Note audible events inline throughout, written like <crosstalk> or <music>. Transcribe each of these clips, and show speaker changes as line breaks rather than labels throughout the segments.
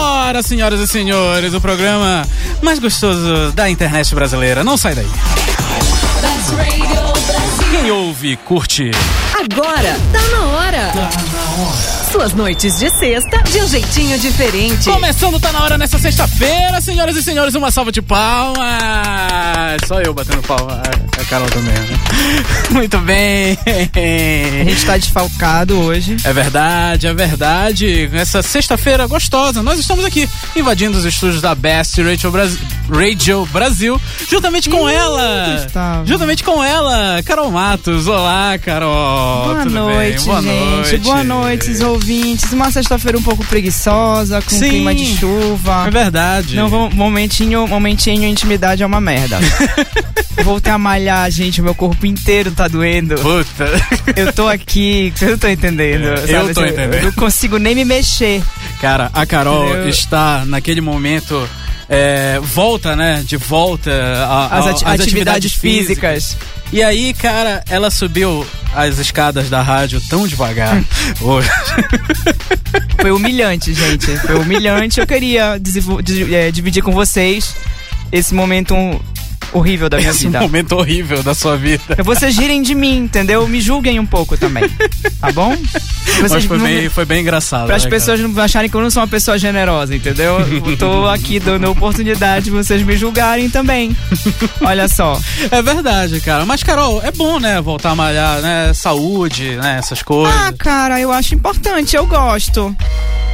para, tá senhoras e senhores, o programa mais gostoso da internet brasileira. Não sai daí. Quem ouve, curte.
Agora tá na hora. Suas noites de sexta de um jeitinho diferente.
Começando, tá na hora nessa sexta-feira, senhoras e senhores, uma salva de palmas. Só eu batendo palma, a Carol também, né? <laughs> Muito bem.
A gente tá desfalcado hoje.
É verdade, é verdade. Nessa sexta-feira gostosa, nós estamos aqui invadindo os estúdios da Best Radio, Bras... Radio Brasil, juntamente com ela.
Gustavo.
Juntamente com ela, Carol Matos. Olá, Carol.
Boa
Tudo bem?
noite,
Boa
gente.
noite.
Boa noite, os ouvintes. Uma sexta-feira um pouco preguiçosa, com
Sim.
clima de chuva.
É verdade.
Não, vou- momentinho, momentinho, intimidade é uma <laughs> merda. Voltei a malhar, gente, meu corpo inteiro tá doendo.
Puta. <laughs>
Eu tô aqui, vocês não estão entendendo.
É,
sabe?
eu tô entendendo.
Eu não consigo nem me mexer.
Cara, a Carol
Eu-
está naquele momento. é, volta, né? De volta a- a-
As, ati- atividades, físicas.
E aí, cara, ela subiu as escadas da rádio tão
<laughs>
devagar. hoje.
Foi humilhante, gente. Foi humilhante. Eu queria desenvol- de- eh, dividir com vocês esse momento horrível da minha
Esse
vida.
momento horrível da sua vida.
Vocês girem de mim, entendeu? Me julguem um pouco também, tá bom?
Mas
Vocês
foi
não-
bem, foi bem engraçado.
Para as
né, cara?
pessoas não acharem que eu não sou uma pessoa generosa, entendeu? Eu tô aqui dando oportunidade de vocês me julgarem também. Olha só.
É verdade, cara. Mas, Carol, é bom, né? Voltar a malhar, né? Saúde, né? Essas coisas.
Ah, cara, eu acho importante, eu gosto.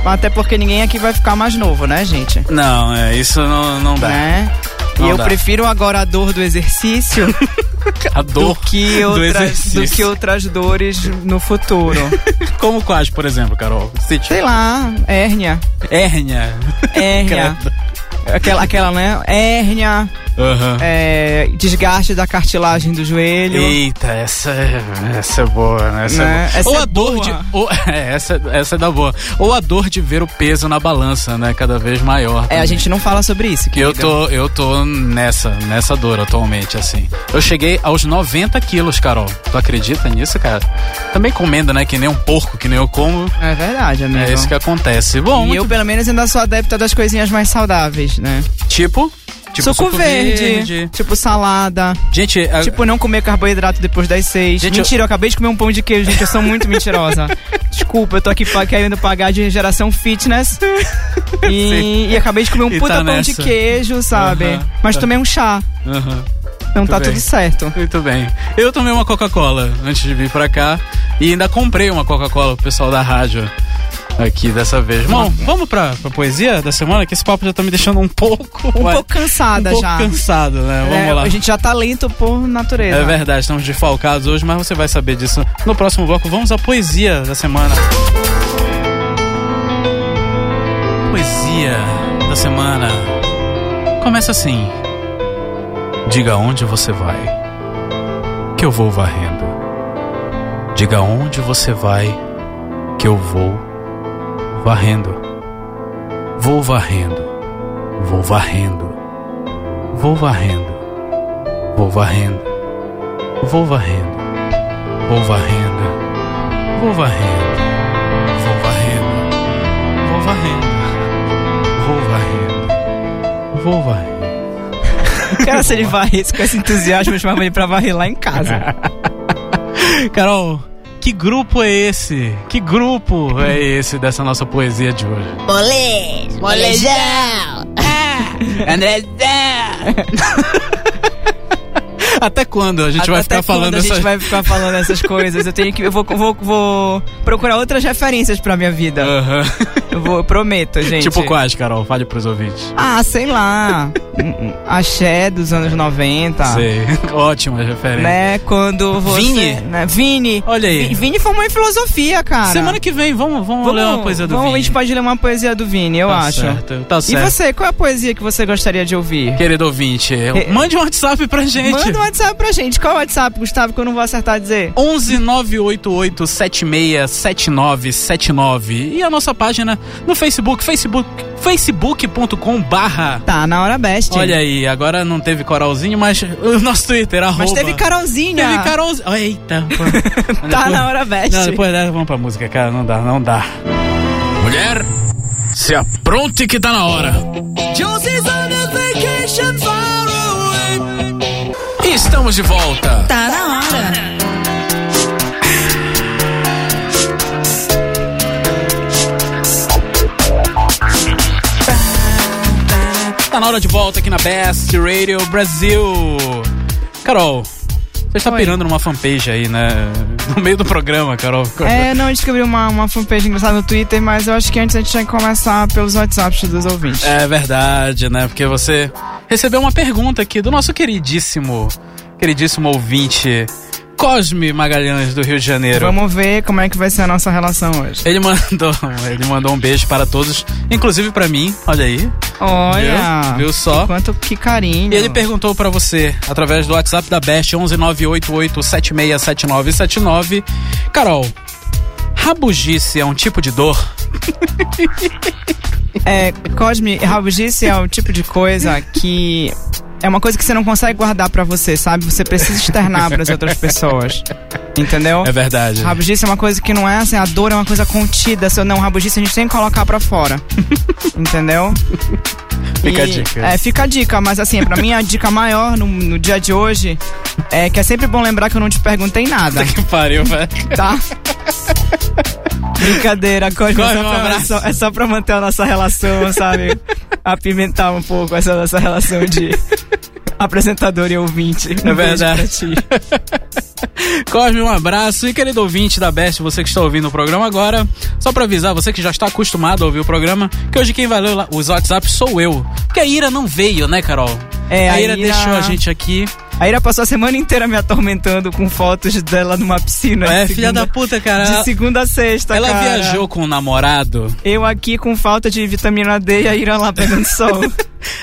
Até porque ninguém aqui vai ficar mais novo, né, gente?
Não, é, isso não, não dá.
Né?
Não
E eu
dá.
prefiro agora a dor do exercício
A <laughs> dor
do que,
do
outras, do
exercício.
que outras dores no futuro.
Como quais, por exemplo, Carol? Você
Sei
tinha
lá,
<laughs>
hérnia.
hérnia.
Hérnia. Aquela, aquela, né? Hérnia,
Aham.
é, desgaste da cartilagem do joelho.
Eita, essa, é- essa é boa, né? Essa, é
Né?
boa.
Essa
ou
é
a dor
boa.
de. ou- <laughs> é, essa, essa é da boa. Ou a dor de ver o peso na balança, né? Cada vez maior.
É, a
também.
gente não fala sobre isso.
Que eu
querida.
tô, eu tô nessa, nessa dor atualmente, assim. Eu cheguei aos 90 quilos, Carol. Tu acredita nisso, cara? Também comendo, né? Que nem um porco, que nem eu como.
É verdade, amigo.
É isso que acontece. Bom,
E eu, pelo menos, ainda sou adepta das coisinhas mais saudáveis, né?
tipo. Tipo
suco, verde, tipo salada,
Gente, a-
tipo não comer carboidrato depois das seis.
Gente,
Mentira, eu... acabei de comer um pão de queijo, gente, eu sou muito mentirosa.
<laughs>
Desculpa, eu tô aqui pa- querendo pagar de geração fitness
<laughs>
e, e acabei de comer um
E
puta
tá
pão de
nessa.
queijo, sabe?
Aham.
Mas
Tá.
tomei um chá,
Aham,
então tá
bem.
tudo certo.
Muito bem. Eu tomei uma Coca-Cola antes de vir pra cá. E ainda comprei uma Coca-Cola pro pessoal da rádio aqui dessa vez.
Uhum.
Bom, vamos pra, pra poesia da semana, que esse papo já tá me deixando um <laughs> pouco.
Um pouco cansada
um pouco
já.
cansado, né? Vamos
É,
lá.
A gente já tá lento por natureza.
É
<laughs>
verdade, estamos desfalcados hoje, mas você vai saber disso no próximo bloco. Vamos à poesia da semana. Poesia da semana. Começa assim: Diga onde você vai, que eu vou varrendo. Diga onde você vai, que eu vou varrendo. Vou varrendo, vou varrendo, vou varrendo, vou varrendo. Vou varrendo, vou varrendo, vou varrendo, vou varrendo, vou varrendo, vou varrendo, vou varrendo.
Cara, se ele varresse com esse entusiasmo, eu chamava ele pra varrer lá em
<laughs>
casa.
Carol, que grupo é esse? Que grupo é esse dessa nossa poesia de hoje?
Molejo, molejão.
Até quando a gente vai
Até
ficar falando
quando a gente
essas...
vai ficar
<laughs>
falando essas coisas. Eu tenho que. Eu vou, vou, vou procurar outras referências pra minha vida.
Aham.
Eu, vou, eu prometo, gente.
Ah. Tipo quais, Carol? Fale pros ouvintes.
Ah,
<laughs>
sei lá. Um, um, Axé dos anos 90.
Sei. <laughs> Ótima referência.
Ah. Né? Quando você.
Vini?
Né? Vini.
Olha aí.
Vi- Vini formou em filosofia, cara.
Semana que vem, vamos, vamos,
vamos
ler uma coisa do
vamos, A
Vini.
gente pode ler uma poesia do Vini, eu
Tá
acho.
certo, Tá
E
certo.
você, qual é a poesia que você gostaria de ouvir?
Querido ouvinte, mande um WhatsApp pra gente.
Manda um WhatsApp pra gente. Qual é o WhatsApp, Gustavo, que eu não vou acertar dizer?
11 988 767979 e a nossa página no Facebook, facebook facebook.com barra.
Tá, na hora best.
Olha aí, agora não teve coralzinho, mas o nosso Twitter, arroba.
Mas teve Carolzinha.
Teve Carolzinho. Eita.
<laughs> Tá na hora best.
né, Não, depois dessa, vamos pra música, cara, não dá, não dá.
Mulher,
Se apronte que tá na hora. E Estamos de volta.
Tá na hora.
Tá na hora de volta aqui na Best Radio Brasil. Carol, você está
Oi.
pirando numa fanpage aí, né? No meio do programa, Carol.
É, não, eu descobri uma, uma fanpage engraçada no Twitter, mas eu acho que antes a gente tinha que começar pelos WhatsApps dos ouvintes.
É verdade, né? Porque você recebeu uma pergunta aqui do nosso queridíssimo, queridíssimo ouvinte, Cosme Magalhães, do Rio de Janeiro.
Vamos ver como é que vai ser a nossa relação hoje.
Ele mandou, ele mandou um beijo para todos, inclusive para mim, olha aí.
Olha!
Viu? Viu só?
Quanto que carinho.
E ele perguntou pra você, através do WhatsApp da Best, 11988767979. Carol, rabugice é um tipo de dor?
É, Cosme, rabugice é o tipo de coisa que é uma coisa que você não consegue guardar pra você, sabe? Você precisa externar pras outras pessoas. Entendeu?
É verdade.
Rabugice é uma coisa que não é assim, a dor é uma coisa contida. Se eu não, rabugice a gente tem que colocar pra fora. <laughs> Entendeu?
Fica a
E-
dica.
É, fica a dica, mas assim, pra mim a dica maior no, no dia de hoje é que é sempre bom lembrar que eu não te perguntei nada,
<laughs> Que pariu, velho.
tá? Brincadeira, Cosme, é
Cosme,
só,
um
pra,
abraço.
só- é só pra manter a nossa relação, sabe? Apimentar um pouco essa nossa relação de apresentador e ouvinte. Um
É
beijo
verdade.
pra ti.
Cosme, um abraço. E querido ouvinte da Best, você que está ouvindo o programa agora, só pra avisar, você que já está acostumado a ouvir o programa, que hoje quem vai ler lá- os WhatsApp sou eu. Porque a Ira não veio, né, Carol?
É,
a
a
Ira,
Ira-
deixou a gente aqui.
A Ira passou a semana inteira me atormentando com fotos dela numa piscina.
É,
de
filha
segunda-
da puta, cara.
De
Ela,
segunda a sexta,
ela
cara.
viajou com o namorado.
Eu aqui com falta de vitamina D e a Ira lá
<laughs>
pegando sol.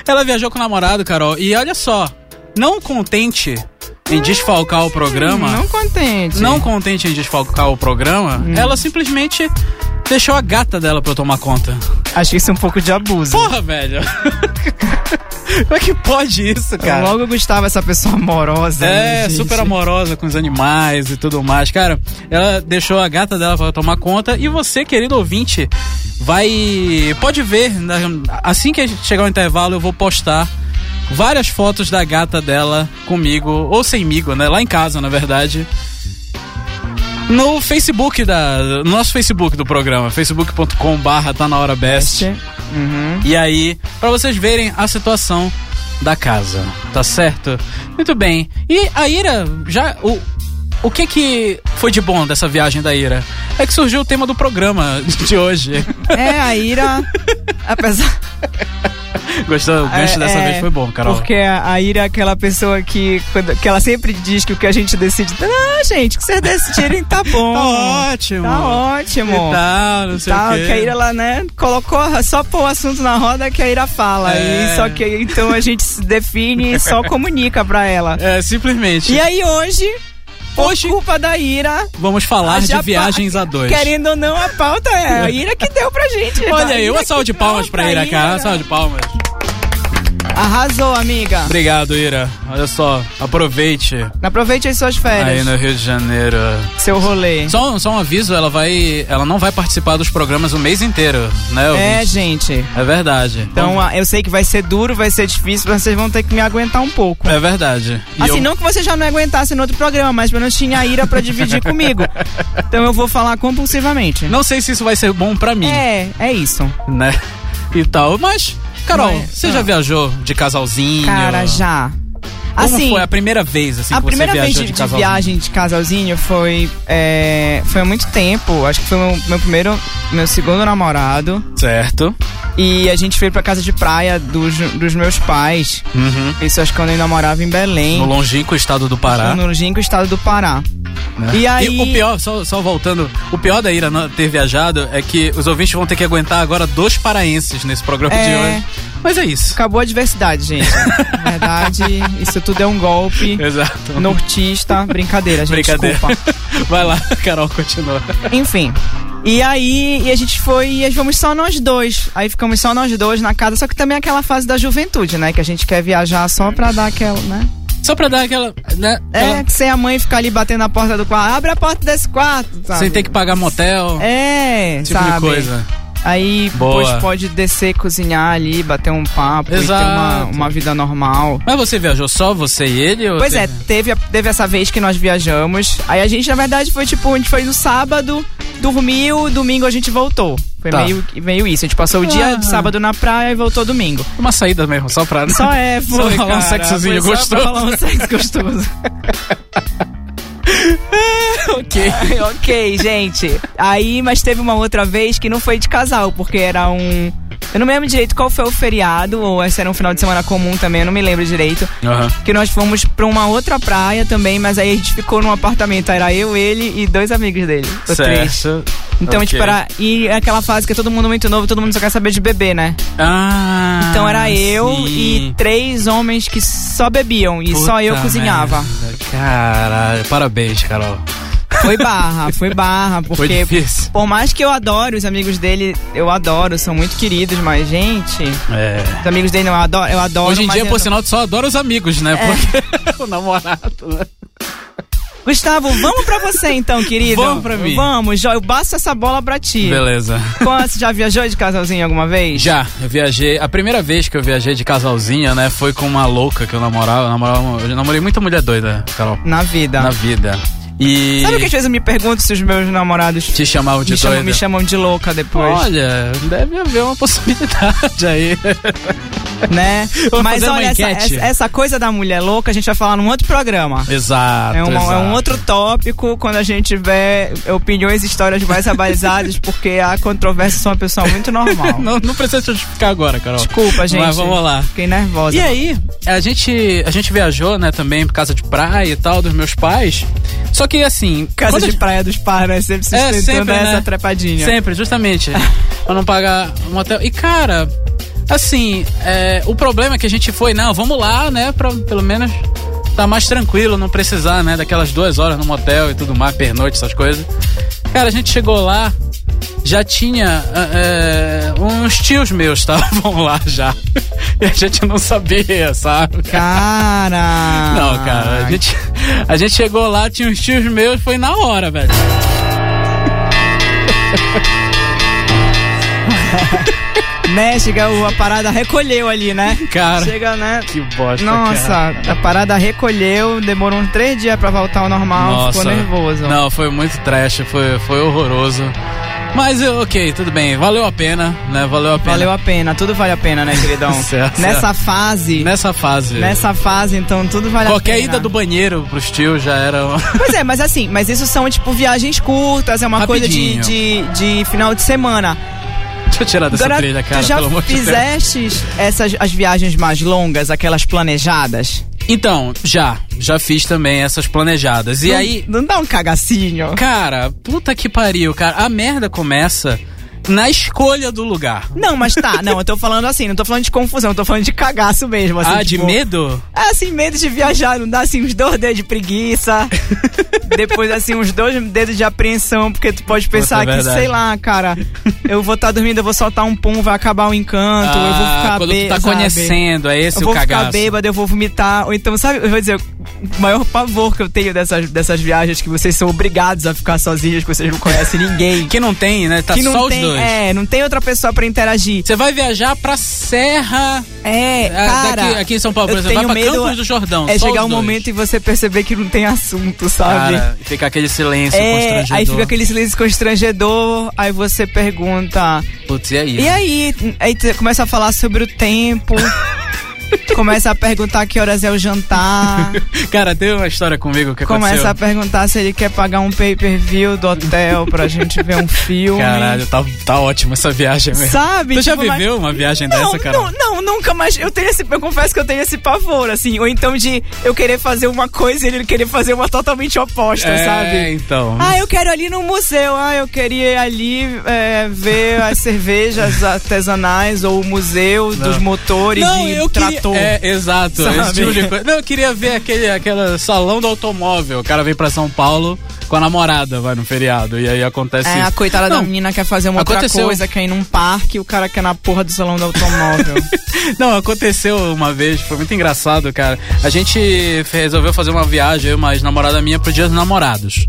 Ela viajou com o namorado, Carol, e olha só, não contente em desfalcar o programa,
Não Hum. contente.
não contente em desfalcar o programa, ela simplesmente deixou a gata dela pra eu tomar conta.
Acho que isso é um pouco de abuso.
Porra, velho! <laughs> Como é que pode isso, cara?
Logo eu gostava essa pessoa amorosa. né,
É,
gente?
super amorosa com os animais e tudo mais. Cara, ela deixou a gata dela pra tomar conta. E você, querido ouvinte, vai. Pode ver, né, assim que chegar o intervalo, eu vou postar várias fotos da gata dela comigo, ou semigo, né? Lá em casa, na verdade. No Facebook da. No nosso Facebook do programa, facebook.com barra tá na hora best.
Uhum.
E aí, pra vocês verem a situação da casa, tá certo? Muito bem. E a Ira, já o o que que foi de bom dessa viagem da Ira? É que surgiu o tema do programa <laughs> de hoje.
É, a Ira. Apesar.
Gostou? O <laughs> gancho
É,
dessa
é,
vez foi bom, Carol.
Porque a a Ira é aquela pessoa que, quando- que ela sempre diz que o que a gente decide. Não, gente, o que vocês decidirem
<laughs>
tá bom.
Tá ótimo.
Tá ótimo.
E tal, não sei
Tá,
o quê.
que a Ira, ela, né, colocou, só pôr o assunto na roda que a Ira fala.
É.
E só que, então a gente se define e só comunica pra ela.
É, simplesmente.
E aí hoje, por culpa da Ira,
Vamos falar
Já
de
pa-
viagens a
<laughs>
dois.
querendo ou não, a pauta é a Ira que deu pra gente.
Olha
A
aí,
Ira
uma
que
salva de
deu
palmas pra Ira, cara. Uma salva de palmas.
Arrasou, amiga.
Obrigado, Ira. Olha só, aproveite
Aproveite as suas
aí
férias,
no Rio de Janeiro.
seu rolê.
Só, um- só um aviso, ela vai. Ela não vai participar dos programas o mês inteiro, né?
É,
ouvinte?
gente.
É verdade.
Então, ah, eu sei que vai ser duro, vai ser difícil, mas vocês vão ter que me aguentar um pouco.
É verdade. E
Assim,
eu-
não que você já não aguentasse no outro programa, mas pelo menos tinha a ira
<laughs>
pra dividir comigo. Então eu vou falar compulsivamente.
não sei se isso vai ser bom pra mim,
É, é isso.
né? E tal. Mas, Carol,
Não é-
você
não.
já viajou de casalzinho?
Cara, já.
Como
Assim,
foi a primeira vez assim,
a
que você
primeira
viajou
vez de,
de
de
casalzinho?
viagem de casalzinho foi, é, foi há muito tempo. Acho que foi meu, meu primeiro, meu segundo namorado.
Certo.
E a gente foi pra casa de praia dos, dos meus pais.
Uhum.
Isso acho que quando eu namorava em Belém.
No longínquo estado do Pará.
no Longínquo, estado do Pará.
né?
E aí-
o pior, só, só voltando, o pior da Ira não ter viajado é que os ouvintes vão ter que aguentar agora dois paraenses nesse programa de
É.
hoje. Mas é isso.
Acabou a
<laughs>
diversidade, gente. Na verdade, isso tudo é um golpe.
Exato.
Nortista, brincadeira, gente.
Brincadeira.
Desculpa.
<laughs> Vai lá, Carol, continua.
Enfim. E aí, e a gente foi, e fomos só nós dois. Aí ficamos só nós dois na casa, só que também é aquela fase da juventude, né? Que a gente quer viajar só pra dar aquela, né?
Só pra dar aquela. Né,
É,
aquela-
que sem a mãe ficar ali batendo na porta do quarto. Abre a porta desse quarto, sabe?
sem ter que pagar motel.
É,
tipo
sabe?
de coisa.
Aí
Boa.
depois pode descer, cozinhar ali, bater um papo
Exato.
e ter uma, uma vida normal.
Mas você né? viajou só você e ele? ou
Pois é,
teve-
teve, a- teve essa vez que nós viajamos. Aí a gente, na verdade, foi tipo, a gente foi no sábado, dormiu, domingo a gente voltou. Foi
Tá.
meio, meio isso. A gente passou o dia
Ah.
sábado na praia e voltou domingo.
Uma saída mesmo, só pra.
é.
<laughs>
Só é,
Só
foi,
rolar um
cara.
sexozinho
Foi
gostoso.
Só pra rolar um sexo gostoso.
<laughs> ok.
Ai, <laughs> ok, gente. Aí, mas teve uma outra vez que não foi de casal, porque era um. Eu não me lembro direito qual foi o feriado, ou se era um final de semana comum também, eu não me lembro direito.
Aham.
Que nós fomos pra uma outra praia também, mas aí a gente ficou num apartamento. Aí Era eu, ele e dois amigos dele. Ou três.
Certo.
Então,
Ok.
tipo, era. E é aquela fase que é todo mundo muito novo, todo mundo só quer saber de beber, né?
Ah.
Então era eu
sim.
e três homens que só bebiam e só
Puta
eu cozinhava.
merda, Caralho, parabéns, Carol.
Foi barra, foi barra,
Foi
porque
difícil.
Por mais que eu adore os amigos dele, eu adoro, são muito queridos, mas, gente,
É.
os amigos dele não, eu adoro. Eu adoro
Hoje em
mas
dia,
eu
por
não-
sinal, tu só adora os amigos,
É.
né? Porque <laughs> o namorado, né?
Gustavo, vamos pra você
<laughs>
então, querido.
Vamos pra mim.
Vamos, Jó, eu basto essa bola pra ti.
Beleza.
Qual- Você já viajou de casalzinho alguma vez?
Já, eu viajei. A primeira vez que eu viajei de casalzinha, né, foi com uma louca que eu namorava. Eu, namorava, eu namorei muita mulher doida, Carol,
Na vida.
na vida. E.
Sabe o que às vezes eu me pergunto se os meus namorados
Te chamavam de
me
doida?
chamam, me chamam de louca depois,
Olha, deve haver uma possibilidade
<laughs>
aí.
né?
Vou
Mas
fazer uma
olha, essa,
enquete.
essa- essa coisa da mulher louca a gente vai falar num outro programa.
Exato.
É, uma- é
exato.
um outro tópico quando a gente tiver opiniões e histórias
<laughs>
mais abalizadas, porque a controvérsia sou uma pessoa muito
<laughs>
normal.
Não, não precisa te justificar agora, Carol.
Desculpa, gente.
Mas vamos lá.
Fiquei nervosa.
E aí, a gente, a gente viajou, né, também por casa de praia e tal, dos meus pais. Só que assim.
Casa
quando a
de praia dos par, né? Sempre
É,
sustentando
sempre, né?
essa trepadinha.
Sempre,
<laughs>
justamente. pra não pagar um hotel. E, cara, assim, é, o problema é que a gente foi, não, vamos lá, né? Pra pelo menos tá mais tranquilo, não precisar, né? Daquelas duas horas no motel e tudo mais, pernoite, essas coisas. Cara, a gente chegou lá, já tinha é, é, uns tios meus <laughs> estavam lá já. E a gente não sabia, sabe?
Cara!
<laughs> Não, cara, a gente, a gente chegou lá, tinha uns tios meus, foi na hora, velho.
Né? Chega, o- a parada recolheu ali, né?
Cara,
Chega, né?
que bosta, cara.
Nossa, a parada recolheu, demorou uns três dias pra voltar ao normal, ficou nervoso.
Não, foi muito trash, foi, foi horroroso. Mas eu- ok, tudo bem, valeu a pena, né? Valeu a pena.
Valeu a pena, tudo vale a
<laughs>
pena, né, queridão?
Certo,
Nessa fase,
Nessa fase.
Nessa fase, então, tudo vale a
Qualquer
pena.
ida do banheiro pros tios já era. um- <laughs>
Pois é, mas assim, mas isso são, tipo, viagens curtas, é uma
Rapidinho.
coisa de, de, de final de semana.
Deixa eu tirar dessa
Agora,
trilha, cara,
tu já
pelo amor de Deus.
fizeste essas as viagens mais longas, aquelas planejadas?
Então, já. Já fiz também essas planejadas. E
Não-
aí,
Não dá um cagacinho.
cara, puta que pariu, cara. A merda começa na escolha do lugar.
Não, mas tá, não, eu tô falando assim, não tô falando de confusão, eu tô falando de cagaço mesmo. Assim,
ah, de
tipo,
medo?
É assim, medo de viajar, não dá assim uns dois dedos
<laughs>
de preguiça. Depois, assim, uns dois dedos de apreensão, porque tu pode pensar
Puta, é
que,
verdade.
sei lá, cara, eu vou estar dormindo, eu vou soltar um pum, vai acabar o encanto, eu vou
Ah,
ficar
quando tu
bêbado.
tá conhecendo, é esse
Eu vou
o cagaço.
ficar bêbado, eu vou vomitar. Ou então, sabe, eu vou dizer, o maior pavor que eu tenho dessas, dessas viagens que vocês são obrigados a ficar sozinhos, que vocês
<laughs>
não conhecem ninguém.
Que não tem, né? Tá
que não
só
tem,
os dois.
É, não tem outra pessoa pra interagir.
Você vai viajar pra Serra.
É,
ah,
cara.
daqui- aqui em São Paulo, por
eu
exemplo, vai
tenho
pra
medo
Campos do Jordão.
É
só
chegar
os
um
dois.
momento e você perceber que não tem assunto, sabe?
Cara, fica aquele silêncio
É,
constrangedor.
aí fica aquele silêncio constrangedor, aí você pergunta.
Putz, e aí?
E aí? Aí tu começa a falar sobre o tempo.
<laughs>
começa a perguntar que horas é
<laughs>
o jantar.
Cara, teve uma história comigo que
Começa a
aconteceu.
perguntar se ele quer pagar um pay-per-view do hotel pra gente ver um filme.
Caralho, tá, tá ótima essa viagem mesmo.
Sabe?
Tu já
Tipo, mas-
viveu uma viagem
Não,
dessa, cara?
não, não, nunca mais. Eu tenho esse, eu confesso que eu tenho esse pavor, assim. Ou então de eu querer fazer uma coisa e ele querer fazer uma totalmente oposta,
é,
sabe?
então.
Ah, eu quero ali no museu. Ah, eu queria ir ali é, ver
<laughs>
as cervejas artesanais ou o museu dos motores
não,
de
eu queria...
trator.
É, exato.
Sabe?
Esse tipo de coisa. Não, eu queria ver aquele, aquele salão do automóvel. O cara vem pra São Paulo com a namorada, vai no feriado. E aí acontece
É,
isso.
a coitada da
assim. Não,
menina quer fazer uma
aconteceu.
outra coisa, quer ir num parque, o cara quer na porra do salão do
<laughs>
automóvel.
Não, aconteceu uma vez, foi muito engraçado, cara. A gente fe- resolveu fazer uma viagem, eu e uma namorada minha, pro Dia dos Namorados.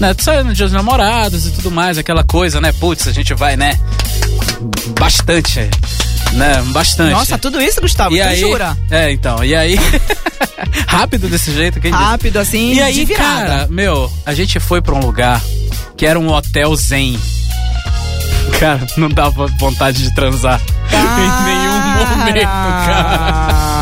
né? Tu saiu no Dia dos Namorados e tudo mais, aquela coisa, né? Putz, a gente vai, né? Bastante. Né? Bastante.
Nossa, tudo isso, Gustavo?
e
tu
aí,
jura?
É, então, e aí. <laughs> rápido desse jeito, quem disse?
Rápido assim,
E aí,
de virada.
cara, <laughs> meu, a gente foi pra um lugar que era um hotel zen. <laughs> Cara, não dava vontade de transar <laughs> em nenhum momento, cara.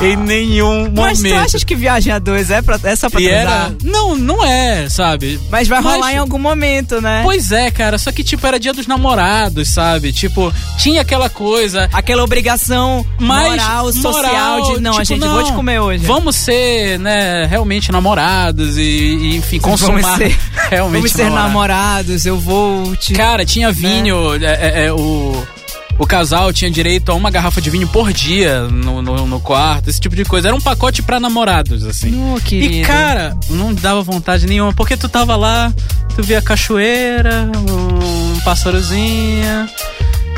Em nenhum
Mas tu
momento.
achas que viagem a dois é, pra, é só pra
E
transar?
era. Não, não é, sabe?
Mas vai rolar
Mas-
em algum momento, né?
Pois é, cara, só que tipo era dia dos namorados, sabe? Tipo, tinha aquela coisa,
Aquela obrigação
mas
moral, social
moral,
de não,
tipo,
a gente vou te comer hoje.
Vamos ser, né, realmente namorados e, e, enfim,
Vamos
consumar
ser-
<laughs> realmente
Vamos ser
namorados.
namorados, eu vou te.
Cara,
Né?
tinha vinho, é, é, é, o, o casal tinha direito a uma garrafa de vinho por dia no, no, no quarto, esse tipo de coisa. Era um pacote pra namorados, assim.
Ô, querido.
E, cara, não dava vontade nenhuma, porque tu tava lá, tu via a cachoeira, um passarozinho,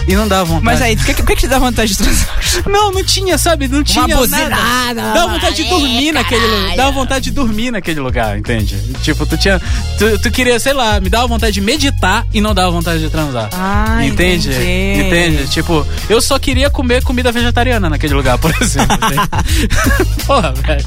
e não dava vontade.
Mas aí, o que, que, que te dá vontade de transar?
Não, não tinha, sabe? Não tinha nada.
buzinada.
Dá vontade
é,
de dormir
Ih,
naquele lugar.
caralho.
Dá vontade de dormir naquele lugar, entende? Tipo, tu tinha. Tu, tu queria, sei lá, me dava vontade de meditar e não dava vontade de transar.
Ah,
entende?
entendi.
Entende? Tipo, eu só queria comer comida vegetariana naquele lugar, por <laughs> exemplo. entende? <laughs> Porra, velho.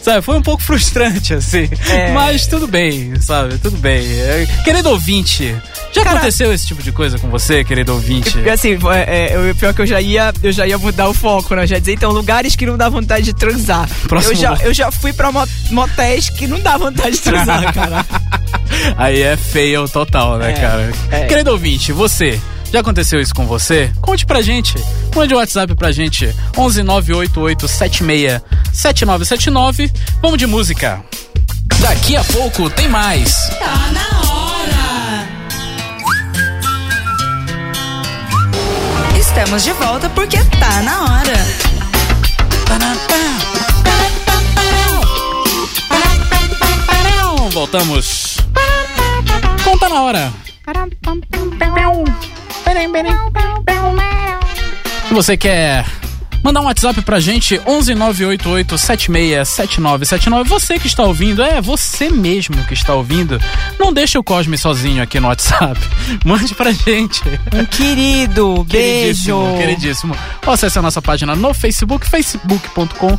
Sabe, foi um pouco frustrante, assim.
É.
Mas tudo bem, sabe? Tudo bem. É, Querido ouvinte, já
Cara-
aconteceu esse tipo de coisa com você, querido ouvinte?
E Assim, é, é, eu- pior que eu já ia, eu já ia mudar o foco, né? Eu já ia dizer, então, lugares que não dá vontade de transar.
Próximo
eu, já,
lugar.
eu já fui pra mo- motéis que não dá vontade de <laughs> transar, cara.
<laughs> Aí é fail total, né,
É,
cara?
é.
Querido ouvinte, você, já aconteceu isso com você? Conte pra gente. Mande o WhatsApp pra gente. 11 988 76 7979. Vamos de música. Daqui a pouco tem mais.
Estamos de volta porque tá na hora.
Então, Voltamos. Conta Então tá na hora. Se Você quer mandar um WhatsApp pra gente? 11988767979. Você que está ouvindo, é você mesmo que está ouvindo. Não deixa o Cosme sozinho aqui no WhatsApp. <laughs> Mande pra gente.
Um querido, beijo.
Queridíssimo, queridíssimo. Ou acesse a nossa página no Facebook, facebook.com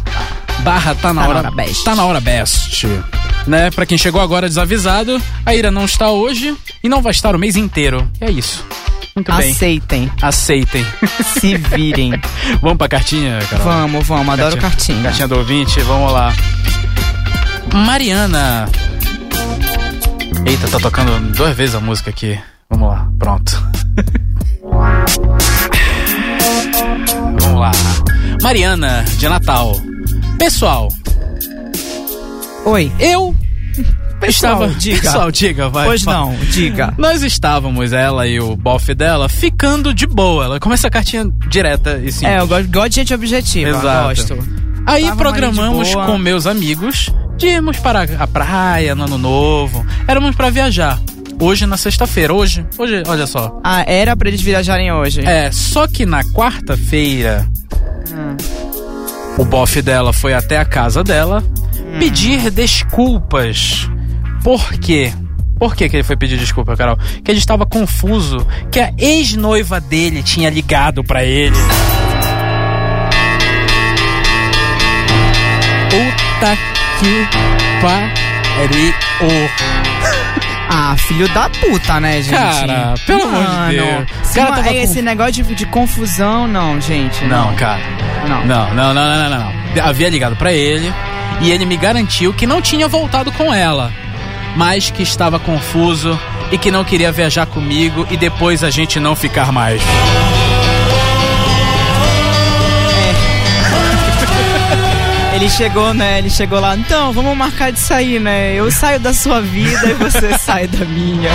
barra tá na
Tá na
hora
hora best.
Tá na hora best. Né? Pra quem chegou agora desavisado, a Ira não está hoje e não vai estar o mês inteiro. E é isso. Muito bem.
Aceitem,
Aceitem. <laughs>
se <laughs> virem.
Vamos pra cartinha, Carol?
vamos, vamos, adoro cartinha.
Cartinha do ouvinte, vamos lá. Mariana. Eita, tá tocando duas vezes a música aqui. Vamos lá, pronto. <laughs> vamos lá. Mariana, de Natal. Pessoal,
Oi.
eu
Pessoal,
estava.
diga.
Pessoal, diga, vai.
Pois
fala.
não, diga.
Nós estávamos, ela e o bofe dela, ficando de boa. Ela começa a cartinha direta e sim.
É, eu gosto, gosto de gente objetiva,
Exato.
gosto.
Aí
Tava mais
programamos
de boa.
com meus amigos de irmos para a praia no ano novo. Éramos para viajar. Hoje na sexta-feira. Hoje, hoje, olha só.
Ah, era pra eles viajarem hoje.
É, só que na quarta-feira o bofe dela foi até a casa dela pedir desculpas. Por quê? Por que, que ele foi pedir desculpa, Carol? Que ele estava confuso, que a ex-noiva dele tinha ligado pra ele. Puta que pariu.
Ah, filho da puta, né, gente?
Cara, pelo
Mano,
amor de Deus.
se
Cara,
uma-
tava com-
esse negócio de, de confusão, não, gente.
Não, cara.
Não.
Não, não, não, não, não, não. Havia ligado pra ele e ele me garantiu que não tinha voltado com ela, mas que estava confuso e que não queria viajar comigo e depois a gente não ficar mais. <laughs>
Ele chegou, né? Ele chegou lá. Então, vamos marcar de sair, né? Eu saio da sua vida e
<laughs>
você sai da minha.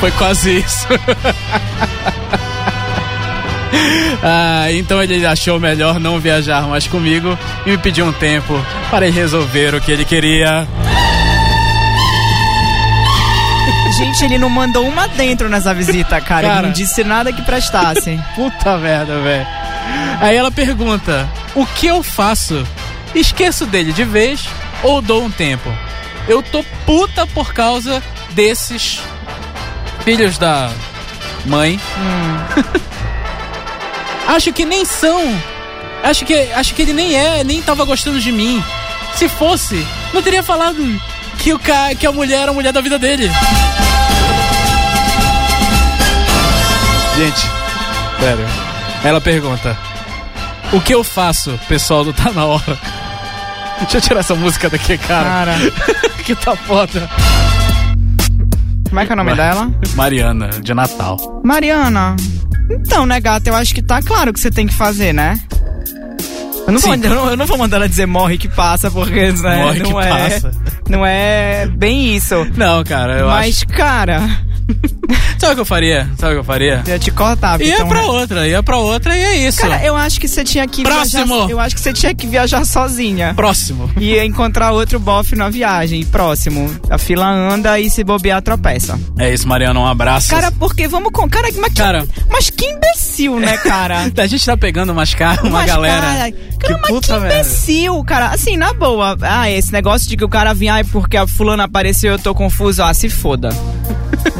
Foi quase isso. <laughs> Ah, então ele achou melhor não viajar mais comigo e me pediu um tempo para ele resolver o que ele queria.
Gente, ele não mandou uma dentro nessa visita, cara.
Cara.
Ele não disse nada que prestasse.
Puta merda, velho. Aí ela pergunta: O que eu faço? esqueço dele de vez ou dou um tempo. Eu tô puta por causa desses filhos da mãe. Hum. <laughs> acho que nem são. Acho que, acho que ele nem é, nem tava gostando de mim. Se fosse, não teria falado que, o ca... que a mulher era a mulher da vida dele. Gente, sério. Ela pergunta: O que eu faço, pessoal do Tá na Hora? <laughs> Deixa eu tirar essa música daqui, cara.
Cara,
<laughs> que tá foda.
como é que é o nome dela?
Mariana, de Natal.
Mariana. Então, né, gata, eu acho que tá claro o que você tem que fazer, né? Eu não, vou,
Sim.
eu não- eu não vou mandar ela dizer morre que passa, porque né,
Morre
não
que
é.
passa.
Não é bem isso.
Não, cara, eu
Mas, cara, <laughs>
acho. Sabe o que eu faria? Sabe o que eu faria?
eu ia te cortar,
Ia
então,
é pra outra, ia pra outra e é isso.
Cara, eu acho que você tinha que
Próximo.
viajar. Eu acho que você tinha que viajar sozinha.
Próximo.
E ia encontrar outro bofe na viagem. Próximo. A fila anda e se bobear tropeça.
É isso, Mariana, um abraço.
Cara, porque vamos com. Cara, mas que,
Cara.
Mas que imbecil, né, cara?
<laughs> a gente tá pegando umas caras, uma
Mas,
galera.
Cara, cara, mas
puta
que
merda.
imbecil, cara. Assim, na boa. Ah, esse negócio de que o cara vinha, ai, porque a fulana apareceu, eu tô confuso. Ah,
<laughs>
se foda.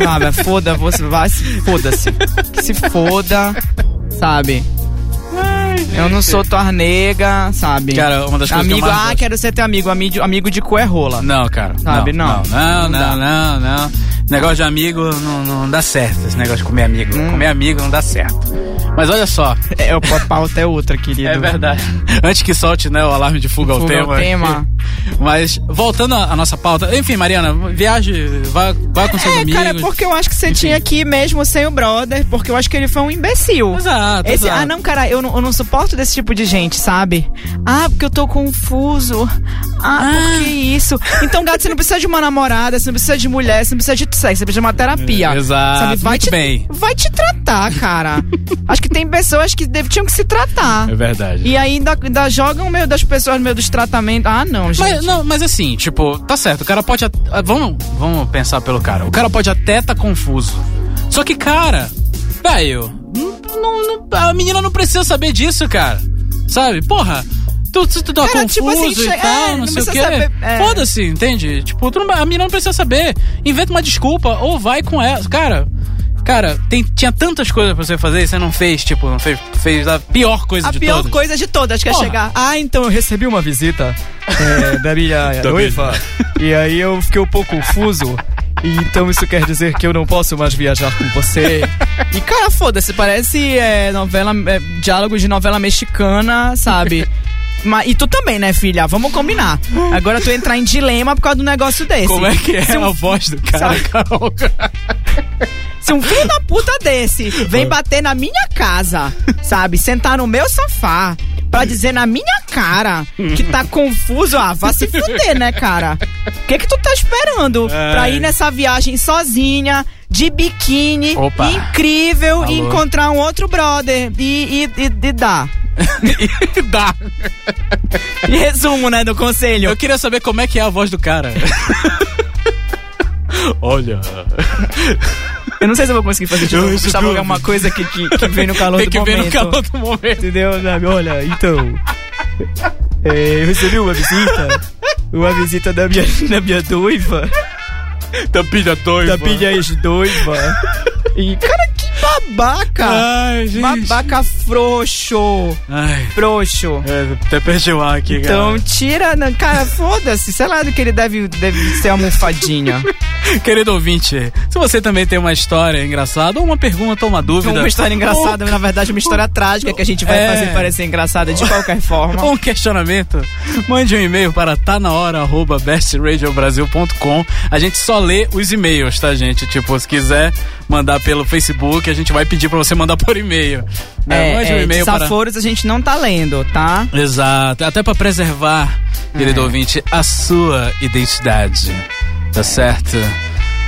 Ah, mas foda, você vai, se foda-se. Que se foda, sabe? eu não sou tua nega, sabe?
Cara, uma das coisas que eu
amigo,
mais
ah,
gosto.
quero ser teu amigo, amigo, amigo de cu é rola.
Não, cara.
Sabe,
não.
não.
Não, não, não,
Não
não. não. Negócio de amigo não, não dá certo. Esse negócio de comer amigo. Comer amigo não dá certo. Mas olha só.
É, o pauta é outra, querido.
É verdade. Antes que solte, né, o alarme de fuga,
Fuga
ao tema.
ao tema.
<laughs> Mas, voltando à à nossa pauta. Enfim, Mariana, viaje, vá, vá com seus
É,
amigos.
cara, porque eu acho que você
Enfim.
tinha que ir mesmo sem o brother, porque eu acho que ele foi um imbecil.
Exato,
Esse,
exato.
ah, não, cara, eu não, eu não suporto desse tipo de gente, sabe? Ah, porque eu tô confuso. Ah, por que isso? Então, gato, você não precisa de uma namorada, você não precisa de mulher, você não precisa de sexo, você precisa de uma terapia.
É, exato,
Sabe? Vai
muito
te,
bem.
Vai te tratar, cara. acho que tem pessoas que deve- tinham que se tratar.
É verdade.
E aí ainda, ainda jogam o meio das pessoas no meio dos tratamentos. Ah, não, gente.
Mas, não, mas assim, tipo, tá certo, o cara pode. at- ah, Vamos, vamos pensar pelo cara. O cara pode até tá confuso. Só que, cara, velho, não- não- não- a menina não precisa saber disso, cara. Sabe? Porra, tu, tu, tu tá
Cara,
confuso
tipo assim,
e
chega-
tal,
é,
não,
não
sei o
precisa
quê.
saber, é.
Foda-se, entende? Tipo, tu não- a menina não precisa saber. Inventa uma desculpa ou vai com ela. Cara. Cara, tem- tinha tantas coisas pra você fazer e você não fez, tipo, não fez, fez a pior coisa
A
de
pior
todas.
coisa de todas, que é
Porra.
chegar. Ah, então eu recebi uma visita é, da minha <laughs>
Da
noiva.
E aí eu fiquei um pouco confuso. E Então isso quer dizer que eu não posso mais viajar com você. <laughs> E cara, foda-se, parece é, novela. é, diálogo de novela mexicana, <laughs> sabe? Ma- e tu também, né, filha? Vamos <laughs> combinar. Agora tu entrar em dilema por causa do negócio desse.
Como é que é a voz do cara,
Sabe?
Carol?
Se um filho da puta desse vem
Ah.
bater na minha casa, sabe? Sentar no meu sofá pra dizer na minha cara que tá confuso, ah, vá se fuder, né, cara? O que que tu tá esperando pra ir nessa viagem sozinha, de biquíni,
Opa.
incrível, e
Alô.
encontrar um outro brother e, e, e, e dar?
<laughs> E dá.
E resumo, né, do conselho.
Eu queria saber como é que é a voz do cara. <laughs> Olha.
Eu não sei se eu vou conseguir fazer de
Eu
novo,
recebi
Gustavo,
um-
é uma coisa que, que, que vem no calor
Tem
do
que ver no
momento.
calor do momento.
Entendeu? Sabe? Olha, então. é, eu recebi uma visita. Uma visita da minha, <laughs> da minha noiva.
Tampilha doiva.
Da minha ex-noiva. Ah, E, cara, que babaca!
Ai, gente.
babaca frouxo.
Ai.
Frouxo.
É, até perdi o ar aqui,
Então tira, na- cara, foda-se, sei lá do que ele deve, deve ser <laughs> almofadinha.
cara. Querido ouvinte, se você também tem uma história engraçada ou uma pergunta ou uma dúvida.
Uma história engraçada, na verdade, uma história trágica que a gente vai
É.
fazer parecer engraçada de qualquer forma.
ou um questionamento, mande um e-mail para tanahora@bestradiobrasil.com. A gente só lê os e-mails, tá, gente? Tipo, se quiser mandar pelo Facebook, a gente vai pedir para você mandar por e-mail. né?
É,
mande um
é,
e-mail para
desaforos a gente não tá lendo, tá?
Exato, até pra
É.
preservar, querido ouvinte, a sua identidade. Tá certo?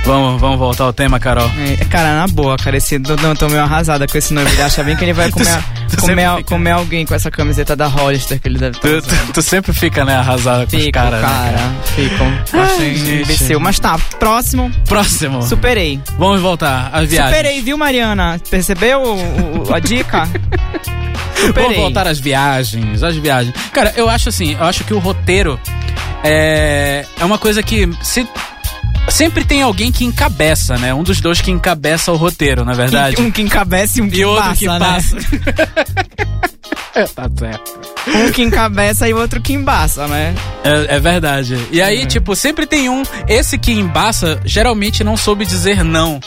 Vamos, vamos voltar ao tema, Carol.
É, cara, na boa, cara, esse Dodão tô meio arrasada com esse noivo. Ele acha bem que ele vai
<laughs>
comer,
tu sempre
comer,
fica.
comer alguém com essa camiseta da Hollister que ele deve estar
Tu, tu- tu sempre fica, né, arrasada com os
Ficam,
caras. né,
cara,
cara?
ficam. Eu achei
gente.
imbecil. Mas tá, próximo,
Próximo.
superei.
Vamos voltar às viagens.
Superei, viu, Mariana? Percebeu o- o- a dica?
<laughs> Vamos
Superei. Um
voltar às viagens, às viagens. Cara, eu acho assim, eu acho que o roteiro é, é uma coisa que se- sempre tem alguém que encabeça, né? Um dos dois que encabeça o roteiro, na verdade.
Um que encabeça e um que
e outro
passa,
que
né?
passa. tá certo.
<laughs> Um que encabeça e outro que embaça, né?
É, é verdade. E
É.
aí, tipo, sempre tem um. Esse que embaça geralmente não soube dizer não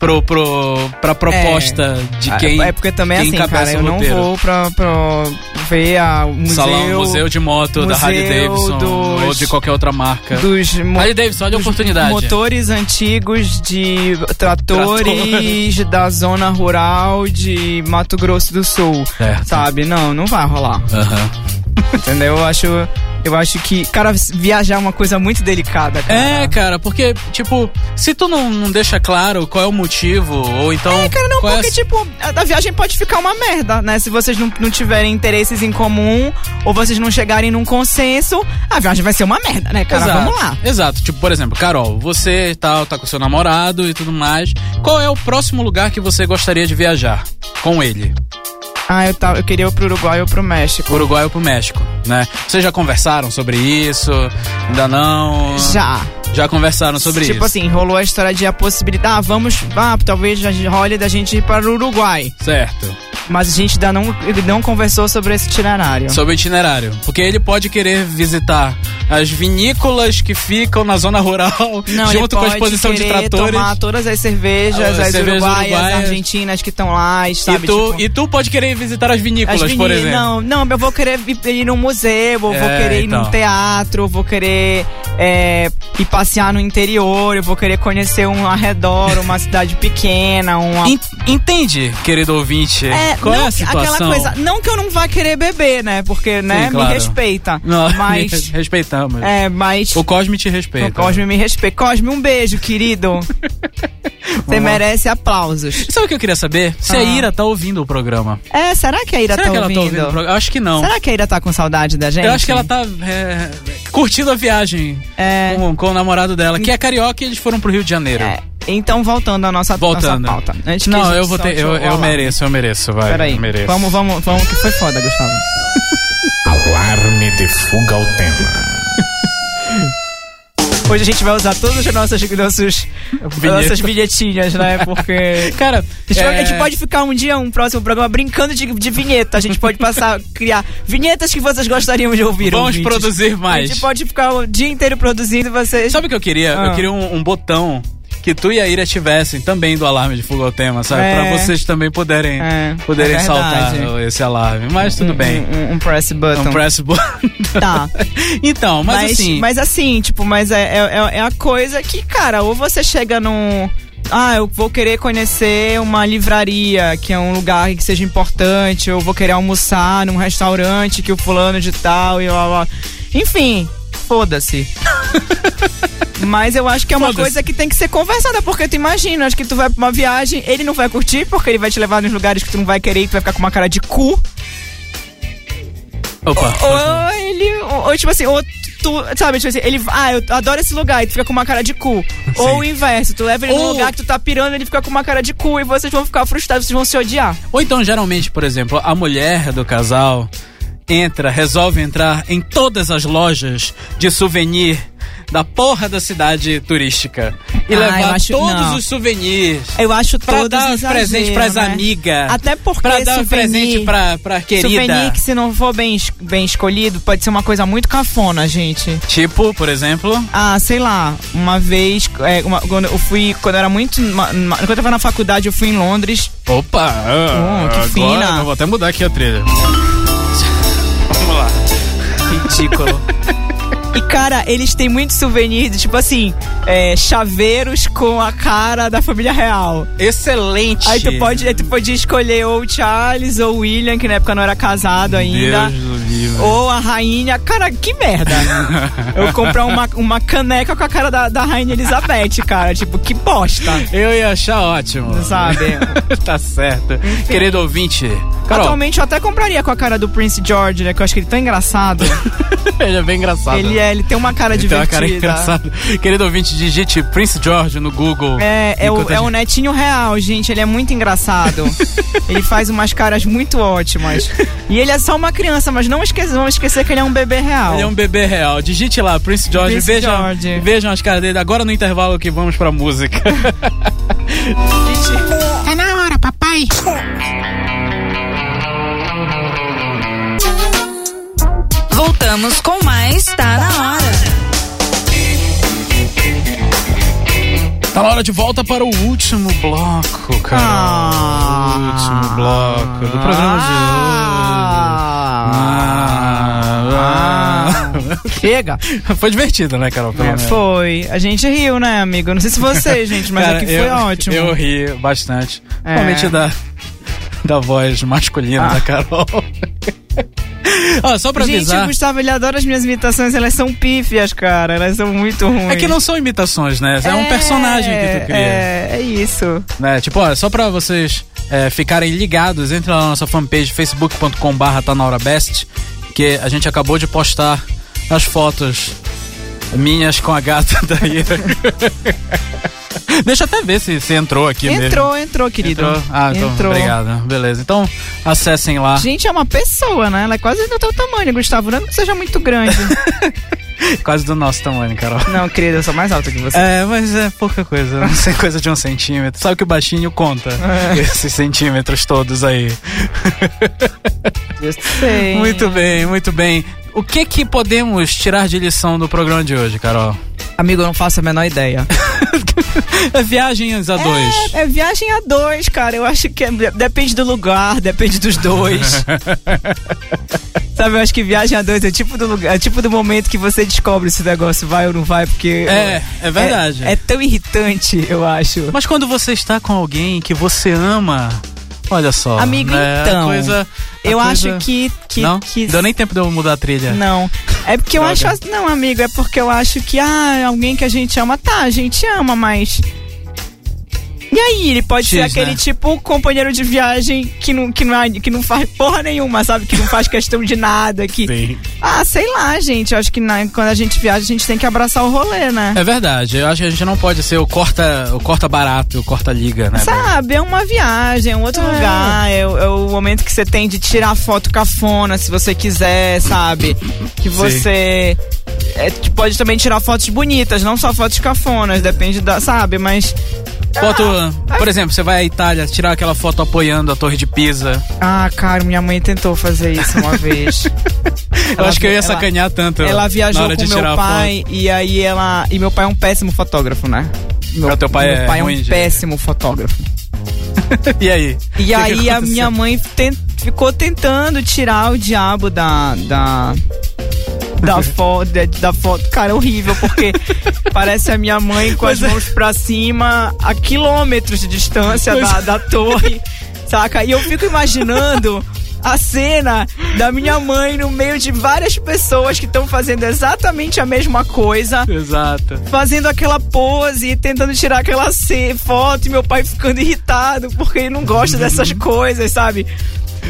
pro, pro, pra proposta de quem.
É porque também,
quem
assim,
encabeça
cara,
o
eu não
roteiro.
vou pra, pra ver a, o museu,
Salão, museu de moto da Harley
museu
Davidson
dos-
ou de qualquer outra marca.
dos mo-
Harley Davidson, olha a
dos
oportunidade.
motores antigos de tratores da zona rural de Mato Grosso do Sul.
Certo.
Sabe? Não, não vai rolar.
Aham.
Entendeu? Eu acho, eu acho que, cara, viajar é uma coisa muito delicada, cara.
É, cara, porque, tipo, se tu não, não deixa claro qual é o motivo, ou então.
É, cara, não,
qual é a-
porque, tipo, a, a viagem pode ficar uma merda, né? Se vocês não, não tiverem interesses em comum ou vocês não chegarem num consenso, a viagem vai ser uma merda, né, cara?
Exato.
Vamos lá.
Exato. Tipo, por exemplo, Carol, você e tal, tá com seu namorado e tudo mais. Qual é o próximo lugar que você gostaria de viajar com ele?
Ah, eu, tá, eu queria ir pro Uruguai ou pro México.
Pro Uruguai ou pro México, né? Vocês já conversaram sobre isso? Ainda não?
Já.
Já conversaram sobre
tipo
isso?
assim, rolou a história de a possibilidade. Ah, vamos. Ah, talvez já role da gente ir para o Uruguai.
Certo.
Mas a gente ainda não, não conversou sobre esse itinerário.
Sobre o itinerário. Porque ele pode querer visitar as vinícolas que ficam na zona rural,
Não,
<laughs>
ele
junto com a
pode
exposição de
querer
tratores.
tomar todas as cervejas,
Ah,
as
cervejas
uruguaias,
uruguaias.
argentinas que estão lá, e, sabe?
e, tu,
tipo,
e tu pode querer visitar as
as
vinícolas, por
meninas-
exemplo.
Não, não, eu vou querer ir- ir num museu, eu vou
É,
querer ir
então.
num teatro, eu vou querer é, ir passear no interior, eu vou querer conhecer um arredor, uma cidade pequena, uma.
En- Entende, querido ouvinte? qual
Ah. não,
é a situação?
Aquela coisa, não que eu não vá querer beber, né? Porque, né,
claro.
me respeita.
Não, <laughs>
<laughs> mas.
respeitamos.
É,
O
mas.
então? Cosme te respeita.
O Cosme me respeita. Cosme, um beijo,
<laughs>
querido. Você
Vamos lá.
merece aplausos.
Sabe o que eu queria saber? Se a
Ah.
Ira tá ouvindo o programa.
É, será que a Ira
Será
tá
que ela
ouvindo?
tá ouvindo o programa? Eu acho que não.
Será que a Ira tá com saudade da gente?
Eu acho que ela tá é, curtindo a viagem
É.
com, com o namorado dela, que é carioca e eles foram pro Rio de Janeiro.
É, então, voltando à nossa,
Voltando.
nossa pauta. Antes que a
Não,
gente
eu vou ter.
solte
Eu,
o
eu
alarme.
mereço, eu mereço, vai.
Peraí,
eu mereço.
vamos, vamos, vamos, que foi foda, Gustavo.
Alarme de fuga ao tema.
Hoje a gente vai usar todas as nossas, nossos, nossas vinhetinhas, né? Porque...
Cara,
A gente,
é,
vai- a gente pode ficar um dia, um próximo programa, brincando de, de vinheta. A gente pode passar, <laughs> criar vinhetas que vocês gostariam de ouvir.
Vamos
ouvintes.
produzir mais.
A gente pode ficar o dia inteiro produzindo e vocês...
Sabe o que eu queria?
Ah.
Eu queria um, um botão que tu e a Ira tivessem também do alarme de fuga ao tema, sabe?
É.
Pra vocês também poderem,
É,
poderem
é
saltar
verdade.
esse alarme. Mas tudo bem.
Um, um- um press button.
Um press button.
Tá.
<laughs> então, mas, assim.
mas assim, tipo, mas é, é, é- é a coisa que, cara, ou você chega num. Ah, eu vou querer conhecer uma livraria, que é um lugar que seja importante, eu vou querer almoçar num restaurante que o fulano de tal e blá, blá. Enfim,
<laughs>
foda-se. Mas eu acho que é uma
Foda-se.
coisa que tem que ser conversada, porque tu imagina, acho que tu vai pra uma viagem, ele não vai curtir, porque ele vai te levar nos lugares que tu não vai querer e tu vai ficar com uma cara de cu.
Opa.
Ou ele. Ou, ou, tipo assim, ou tu. Sabe, tipo assim, ele. Ah, eu adoro esse lugar e tu fica com uma cara
<laughs>
de cu. Ou o inverso, tu leva ele num
Ou-
lugar que tu tá pirando ele fica com uma cara de cu e vocês vão ficar frustrados, vocês vão se odiar.
Ou então, geralmente, por exemplo, a mulher do casal entra, resolve entrar em todas as lojas de souvenir da porra da cidade turística e
Ah, eu
levar
acho-
todos
não. É
os souvenirs
Eu acho
Pra dar um presente pras amigas.
né? Até porque
pra dar um
souvenir-
presente pra, pra querida.
Souvenir que se não for bem, es- bem escolhido, pode ser uma coisa muito cafona, gente.
Tipo, por exemplo.
Ah, sei lá, uma vez, é, uma- quando eu fui, quando eu era muito. ma- ma- Quando eu tava na faculdade, eu fui em Londres
Opa! ah,
Oh, que fina.
eu vou até mudar aqui a trilha.
Ridículo. E, cara, eles têm muito souvenir de, tipo assim, é, chaveiros com a cara da família real.
<laughs> Excelente!
Aí tu, pode, aí tu podia escolher ou o Charles ou o William, que na época não era casado ainda.
Deus do aí, velho.
Ou a rainha. Cara, que
<laughs>
merda. Eu comprar uma, uma caneca com a cara da, da rainha Elizabeth, cara. Tipo, que bosta.
Eu ia achar ótimo.
Sabe?
<laughs> tá certo. Querido ouvinte, Carol,
Atualmente eu até compraria com a cara do Prince George, né? Que eu acho que ele é tão engraçado.
<laughs> ele é bem engraçado.
ele é, ele tem uma cara
Ele tem uma
divertida.
cara engraçada. Querido ouvinte, digite Prince George no Google.
É, é o,
Enquanto a
é o
gente-
netinho real, gente. Ele é
<laughs>
muito engraçado. ele faz umas caras muito ótimas. E ele é só uma criança, mas não esqueça, não esquecer que ele é um bebê real.
Ele é um bebê real. Digite lá, Prince George.
Prince
vejam,
George.
vejam as caras dele agora no intervalo que vamos pra música.
<laughs>
Tá na hora, papai.
Voltamos com mais Tá na hora.
Tá na hora de volta para o último bloco, cara.
Ah.
O último bloco do programa de hoje. Ah,
Chega.
ah. Foi divertido, né, Carol? Pelo
É,
menos.
foi. A gente riu, né, amigo? Não sei se
<laughs>
você, gente, mas
Cara,
aqui foi
eu-
ótimo.
Eu ri bastante.
É. Ah.
Principalmente da, da voz masculina da Carol. <laughs> Ó, só pra
Gente, o
avisar.
Gustavo, ele adora as minhas imitações, elas são pífias, cara. Elas são muito ruins.
É que não são imitações, né? É, um personagem que tu cria.
É, é isso.
né? Tipo, ó, só pra vocês é, ficarem ligados, entre lá na nossa fanpage facebook.com barra tá na hora best, que a gente acabou de postar as fotos minhas com a gata da Ira. <laughs> Deixa eu até ver se, se entrou aqui mesmo.
entrou, entrou, querido.
Entrou? Ah, então, obrigado. Beleza. Então, acessem lá.
Gente, é uma pessoa, né? Ela é quase do teu tamanho, Gustavo. Não é que seja muito
<laughs>
grande.
Quase do nosso tamanho, Carol. <laughs>
não, querido, eu sou mais alta que você.
É, mas é pouca coisa. Não sei, coisa de um centímetro. Sabe que o baixinho conta
É.
esses centímetros todos aí.
Eu
É.
sei.
Muito bem, muito bem. O que que podemos tirar de lição do programa de hoje, Carol?
Amigo, eu não faço a
<laughs>
menor ideia.
É viagens a dois.
É, é viagem a dois, cara. Eu acho que é- depende do lugar, depende
<laughs>
dos dois. Sabe, eu acho que viagem a dois é o tipo do lugar, é o tipo do momento que você descobre se o negócio vai ou não vai, porque.
É, é verdade.
É, é tão irritante, eu acho.
Mas quando você está com alguém que você ama, olha só.
Amigo,
né? A
então,
coisa- a
Eu
coisa-
acho que. que
não?
que-
Deu nem tempo de eu mudar a trilha.
Não. É porque eu acho.
Droga.
assim- Não, amigo, é porque eu acho que, ah, alguém que a gente ama, tá, a gente ama, mas. E aí, ele pode
X,
ser aquele
né?
tipo companheiro de viagem que não, que, não, é- que não faz porra nenhuma, sabe? Que não faz questão de nada. Que...
Sim.
Ah, sei lá, gente. Eu acho que na- quando a gente viaja, a gente tem que abraçar o rolê, né?
É verdade. Eu acho que a gente não pode ser o corta, o corta barato, o corta liga, né?
Sabe, é uma viagem, é um outro lugar. É, o- é o momento que você tem de tirar foto cafona, se você quiser, sabe? Que você é, que pode também tirar fotos bonitas, não só fotos cafonas, depende da. Sabe? Mas.
Foto, por exemplo, você vai à Itália tirar aquela foto apoiando a Torre de Pisa.
Ah, cara, minha mãe tentou fazer
<laughs>
isso uma vez.
eu acho que eu ia
ela-
sacanear tanto.
Ela
na
viajou
hora
com
de tirar
meu
a
pai e aí ela. E meu pai é um péssimo fotógrafo, né?
Ah, teu pai
meu
é
pai é um
ruim de-
péssimo fotógrafo.
foto. <laughs> E aí?
E
<laughs> O que
aí
que
a
aconteceu?
minha mãe ten- ficou tentando tirar o diabo da. da...
<laughs>
Da foto, da foto, cara, é horrível, porque parece a minha mãe com
é
as mãos pra cima, a quilômetros de distância da, da
<laughs>
torre, saca? E eu fico imaginando a cena da minha mãe no meio de várias pessoas que estão fazendo exatamente a mesma coisa,
Exato.
fazendo aquela pose e tentando tirar aquela ce- foto e meu pai ficando irritado porque ele não gosta dessas coisas, sabe?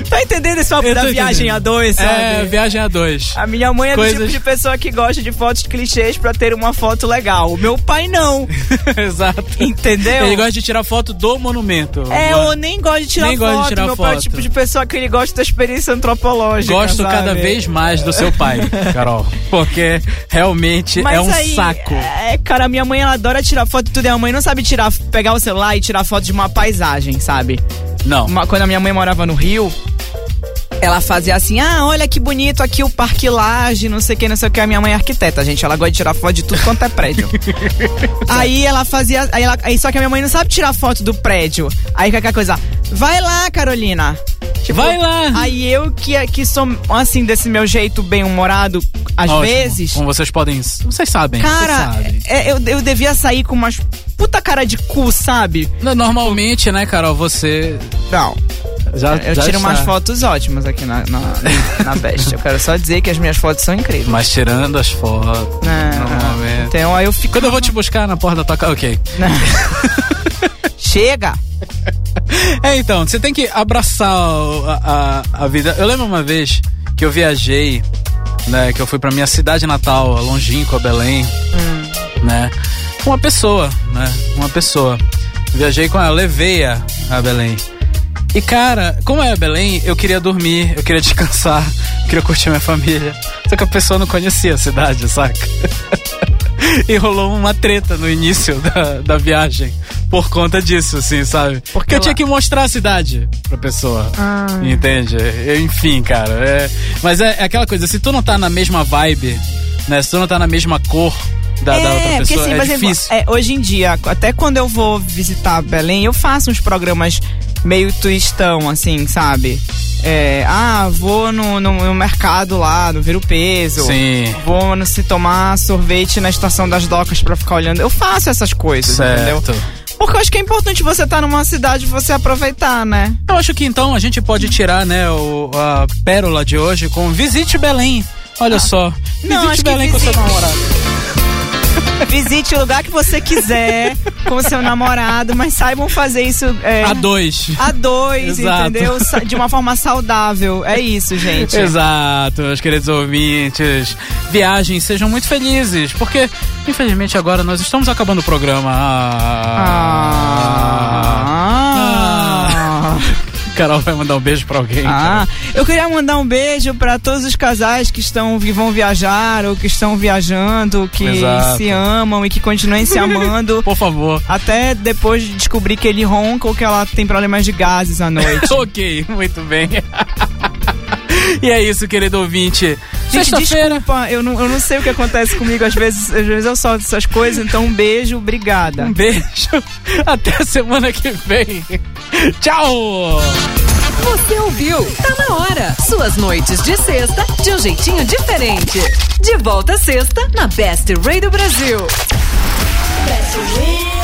Tá entendendo esse papo
Uhum. Eu
da
tô
viagem
entendendo.
a dois, sabe?
É, viagem a dois. <laughs>
a minha mãe é
Coisas-
do tipo de pessoa que gosta de fotos clichês pra ter uma foto legal. O meu
<laughs>
pai não,
Exato.
entendeu?
Ele gosta de tirar foto do monumento.
Então- É, eu nem gosto de tirar
Nem
foto.
gosto de tirar
meu pai é o
foto.
tipo de pessoa que ele gosta da experiência antropológica.
Gosto
sabe?
cada vez mais do seu
<laughs>
pai, Carol. Porque realmente
Mas
é um
aí,
saco.
É, cara, minha mãe ela adora tirar foto e tudo. E a mãe não sabe tirar, pegar o celular e tirar foto de uma paisagem, sabe?
Não.
Uma- quando a minha mãe morava no Rio, ela fazia assim: ah, olha que bonito aqui o Parque Laje, não sei o que, não sei o que. A minha mãe é arquiteta, gente. Ela gosta de tirar foto de tudo quanto é prédio. aí ela fazia. Aí ela- aí só que a minha mãe não sabe tirar foto do prédio. Aí fica aquela coisa: vai lá, Carolina. Tipo,
Vai lá!
Aí eu que, que sou, assim, desse meu jeito bem-humorado, às
Ótimo.
vezes.
Como vocês podem. Vocês sabem.
Cara,
vocês sabem.
é- eu, eu devia sair com umas puta cara de cu, sabe?
Normalmente, né, Carol, você
Não.
Já,
Eu
já
tiro
está.
umas fotos ótimas aqui na, na, na festa. Eu quero só dizer que as minhas fotos são incríveis.
Mas tirando as fotos.
Não,
Normalmente.
Então aí eu fico.
Quando eu vou te buscar na porta da tua casa. Ok.
Chega!
É, então, você tem que abraçar o- a, a, a vida. Eu lembro uma vez que eu viajei, né? Que eu fui pra minha cidade natal, a longínqua, Belém, né? Com uma pessoa, né? Uma pessoa. Viajei com ela, levei a, a Belém. E cara, como é Belém, eu queria dormir, eu queria descansar, eu queria curtir minha família. Só que a pessoa não conhecia a cidade, saca? <laughs> E rolou uma treta no início da, da viagem por conta disso, assim, sabe? Porque eu tinha que mostrar a cidade pra pessoa.
Ah.
Entende? Enfim, cara. é- Mas é, é aquela coisa, se tu não tá na mesma vibe, né? Se tu não tá na mesma cor da, da outra
porque
pessoa,
assim,
é
por exemplo,
difícil.
é, hoje em dia, até quando eu vou visitar Belém, eu faço uns programas meio twistão, assim, sabe? É, ah, vou no, no, no mercado lá, no Viro Peso.
Sim.
Vou no, se tomar sorvete na estação das docas pra ficar olhando. Eu faço essas coisas, entendeu?
Certo.
Porque eu acho que é importante você estar numa cidade e você aproveitar, né?
Eu acho que então a gente pode tirar, né, o- a pérola de hoje com Visite Belém. Olha só. Visite
Ah. Não, acho que
Belém com seu
visite-
namorado.
<laughs> Visite o lugar que você quiser com o seu namorado, mas saibam fazer isso. é,
A dois.
a dois,
Exato.
entendeu? Sa- De uma forma saudável. É isso, gente.
Exato, meus queridos ouvintes. Viagens, sejam muito felizes, porque infelizmente agora nós estamos acabando o programa. Ah.
Ah.
Carol vai mandar um beijo pra alguém.
Ah, eu queria mandar um beijo pra todos os casais que estão que vão viajar ou que estão viajando, que
Exato.
se amam e que continuem
<laughs>
se amando.
Por favor.
Até depois de descobrir que ele ronca ou que ela tem problemas de gases à noite.
ok, muito bem. <laughs> e é isso, querido ouvinte.
Gente,
Sexta-feira.
desculpa, eu não, eu não sei o que acontece comigo, às vezes, às vezes eu solto essas coisas, então um beijo, obrigada.
Um beijo. <laughs> Até a semana que vem. Tchau!
Você ouviu? Tá na hora. Suas noites de sexta, de um jeitinho diferente. De volta sexta, na Best Ray do Brasil.
Brasil.